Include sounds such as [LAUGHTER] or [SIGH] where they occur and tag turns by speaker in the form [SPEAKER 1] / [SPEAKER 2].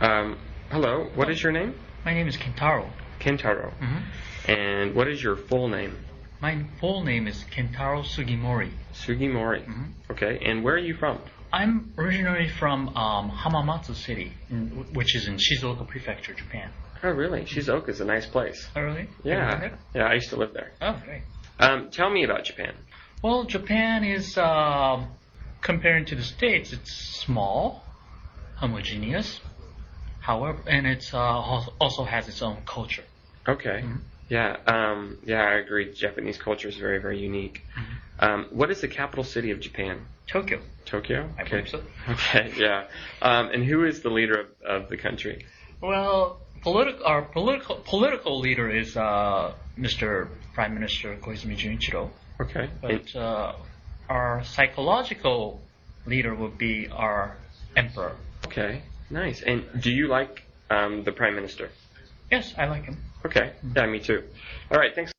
[SPEAKER 1] Um, hello, what is your name?
[SPEAKER 2] My name is Kentaro.
[SPEAKER 1] Kentaro.
[SPEAKER 2] Mhm.
[SPEAKER 1] And what is your full name?
[SPEAKER 2] My full name is Kentaro Sugimori.
[SPEAKER 1] Sugimori.
[SPEAKER 2] Mhm.
[SPEAKER 1] Okay, and where are you from?
[SPEAKER 2] I'm originally from um, Hamamatsu City, in, which is in Shizuoka Prefecture, Japan.
[SPEAKER 1] Oh, really? Shizuoka's a nice place.
[SPEAKER 2] Oh, really?
[SPEAKER 1] Yeah. Yeah, I used to live there.
[SPEAKER 2] Oh, great.
[SPEAKER 1] Um, tell me about Japan.
[SPEAKER 2] Well, Japan is, um compared to the States, it's small, homogeneous, however, and it's uh, al- also has its own culture.
[SPEAKER 1] Okay.
[SPEAKER 2] Mhm.
[SPEAKER 1] Yeah, um, yeah, I agree. Japanese culture is very, very unique.
[SPEAKER 2] Mm-hmm.
[SPEAKER 1] Um, what is the capital city of Japan?
[SPEAKER 2] Tokyo,
[SPEAKER 1] Tokyo?
[SPEAKER 2] I
[SPEAKER 1] okay.
[SPEAKER 2] believe so.
[SPEAKER 1] [LAUGHS] Okay, yeah. Um, and who is the leader of, of the country?
[SPEAKER 2] Well, politi- our political political leader is uh, Mr. Prime Minister Koizumi Junichiro,
[SPEAKER 1] Okay. And-
[SPEAKER 2] but uh, our psychological leader would be our emperor.
[SPEAKER 1] okay, nice. And do you like um, the prime minister?
[SPEAKER 2] Yes, I like him.
[SPEAKER 1] Okay, yeah, me too. All right, thanks.